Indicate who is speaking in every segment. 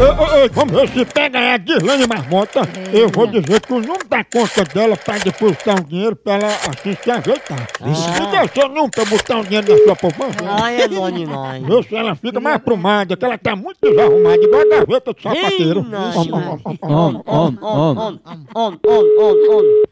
Speaker 1: Ei, ei, ei, vamos ver se pega aí a Guilherme Marmota. Eu vou dizer que o número da conta dela pra depositar um dinheiro pra ela assim se ajeitar. Me dá seu número pra botar um dinheiro na sua poupança.
Speaker 2: Ai, é bom demais.
Speaker 1: Vê se ela fica mais aprumada, que ela tá muito desarrumada, igual a gaveta do sapateiro.
Speaker 2: Ei,
Speaker 1: Om,
Speaker 3: Om, om,
Speaker 1: om, om, om, om.
Speaker 2: On,
Speaker 3: om.
Speaker 2: on, on, on, on, on.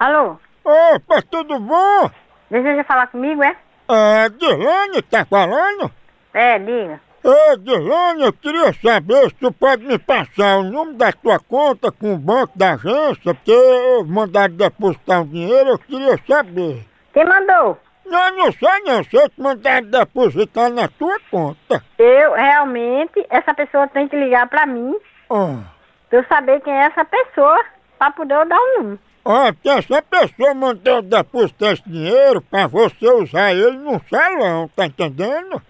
Speaker 4: Alô,
Speaker 1: Opa, tudo bom?
Speaker 4: deseja falar comigo, é?
Speaker 1: É, Guilherme tá falando?
Speaker 4: É, diga.
Speaker 1: Ei, Dilane, eu queria saber se tu pode me passar o número da tua conta com o banco da agência, porque eu mandar depositar um dinheiro, eu queria saber.
Speaker 4: Quem mandou?
Speaker 1: Não, não sei não, se eu te mandar depositar na tua conta.
Speaker 4: Eu, realmente, essa pessoa tem que ligar pra mim,
Speaker 1: Ó,
Speaker 4: pra eu saber quem é essa pessoa, pra poder eu dar um o número.
Speaker 1: ó, porque essa pessoa mandou depositar esse dinheiro pra você usar ele num salão, tá entendendo?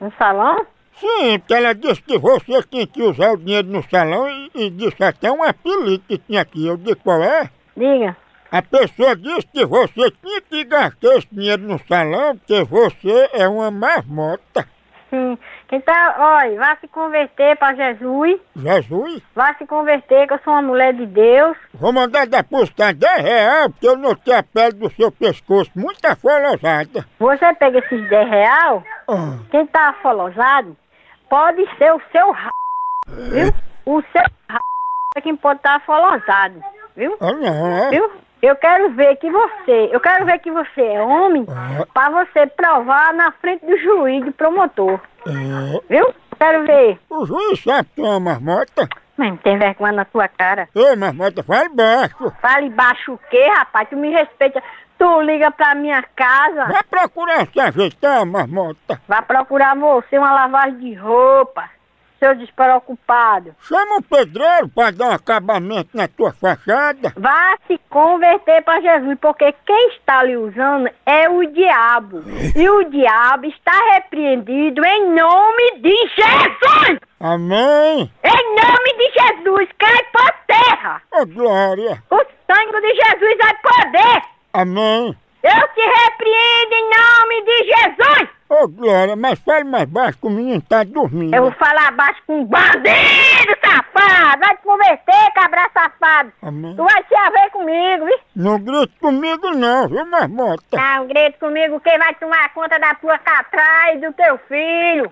Speaker 4: Um salão?
Speaker 1: Sim, porque ela disse que você tinha que usar o dinheiro no salão e, e disse até um apelido que tinha aqui. Eu disse qual é?
Speaker 4: Diga.
Speaker 1: A pessoa disse que você tinha que gastar esse dinheiro no salão porque você é uma marmota.
Speaker 4: Sim. Então, olha, vá se converter pra Jesus,
Speaker 1: Jesus,
Speaker 4: vá se converter que eu sou uma mulher de Deus.
Speaker 1: vou mandar depositar 10 reais porque eu notei a pele do seu pescoço muito afolosada.
Speaker 4: Você pega esses 10 real,
Speaker 1: Ah.
Speaker 4: quem tá afolosado, pode ser o seu ra... viu? O seu ra... é quem pode estar tá afolosado, viu?
Speaker 1: Ah, não, é?
Speaker 4: Viu? Eu quero ver que você, eu quero ver que você é homem
Speaker 1: Ah.
Speaker 4: pra você provar na frente do juiz, do promotor,
Speaker 1: É.
Speaker 4: viu? Quero ver.
Speaker 1: O juiz sabe que tu é uma marmota.
Speaker 4: Mas não tem vergonha na tua cara.
Speaker 1: Ei, marmota, fala baixo.
Speaker 4: Fale baixo o quê, rapaz? Tu me respeita. Tu liga pra minha casa,
Speaker 1: Vai procurar se ajeitar, marmota.
Speaker 4: vai procurar você uma lavagem de roupa, seu despreocupado.
Speaker 1: Chama um pedreiro pra dar um acabamento na tua fachada.
Speaker 4: Vá se converter pra Jesus, porque quem está lhe usando é o diabo. E o diabo está repreendido em nome de Jesus!
Speaker 1: Amém.
Speaker 4: Em nome de Jesus, cai por terra!
Speaker 1: Ô, glória.
Speaker 4: O sangue de Jesus é poder!
Speaker 1: Amém.
Speaker 4: Eu te repreendo em nome de Jesus!
Speaker 1: Ô, Glória, mas fale mais baixo que o menino tá dormindo.
Speaker 4: Eu vou falar abaixo com um bandido safado! Vai te converter, cabra safado!
Speaker 1: Amém.
Speaker 4: Tu vai se haver comigo, viu?
Speaker 1: Não grite comigo não, viu, marmota?
Speaker 4: Dá um grito comigo, quem vai tomar conta da tua catraia e do teu filho?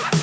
Speaker 2: Misericórdia!